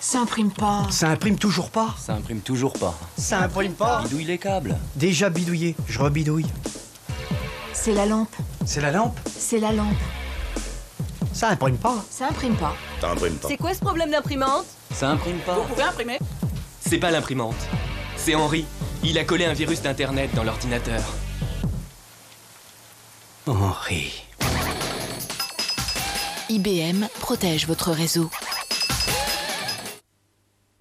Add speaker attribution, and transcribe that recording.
Speaker 1: Ça imprime pas.
Speaker 2: Ça imprime toujours pas.
Speaker 3: Ça imprime toujours pas.
Speaker 2: Ça imprime pas.
Speaker 3: Bidouille les câbles.
Speaker 2: Déjà bidouillé, je rebidouille.
Speaker 1: C'est la lampe.
Speaker 2: C'est la lampe.
Speaker 1: C'est la lampe.
Speaker 2: Ça imprime pas.
Speaker 1: Ça imprime pas.
Speaker 4: Ça imprime pas.
Speaker 5: C'est quoi ce problème d'imprimante
Speaker 3: Ça imprime pas.
Speaker 6: Vous pouvez imprimer
Speaker 3: C'est pas l'imprimante. C'est Henri. Il a collé un virus d'internet dans l'ordinateur.
Speaker 2: Henri.
Speaker 7: IBM protège votre réseau.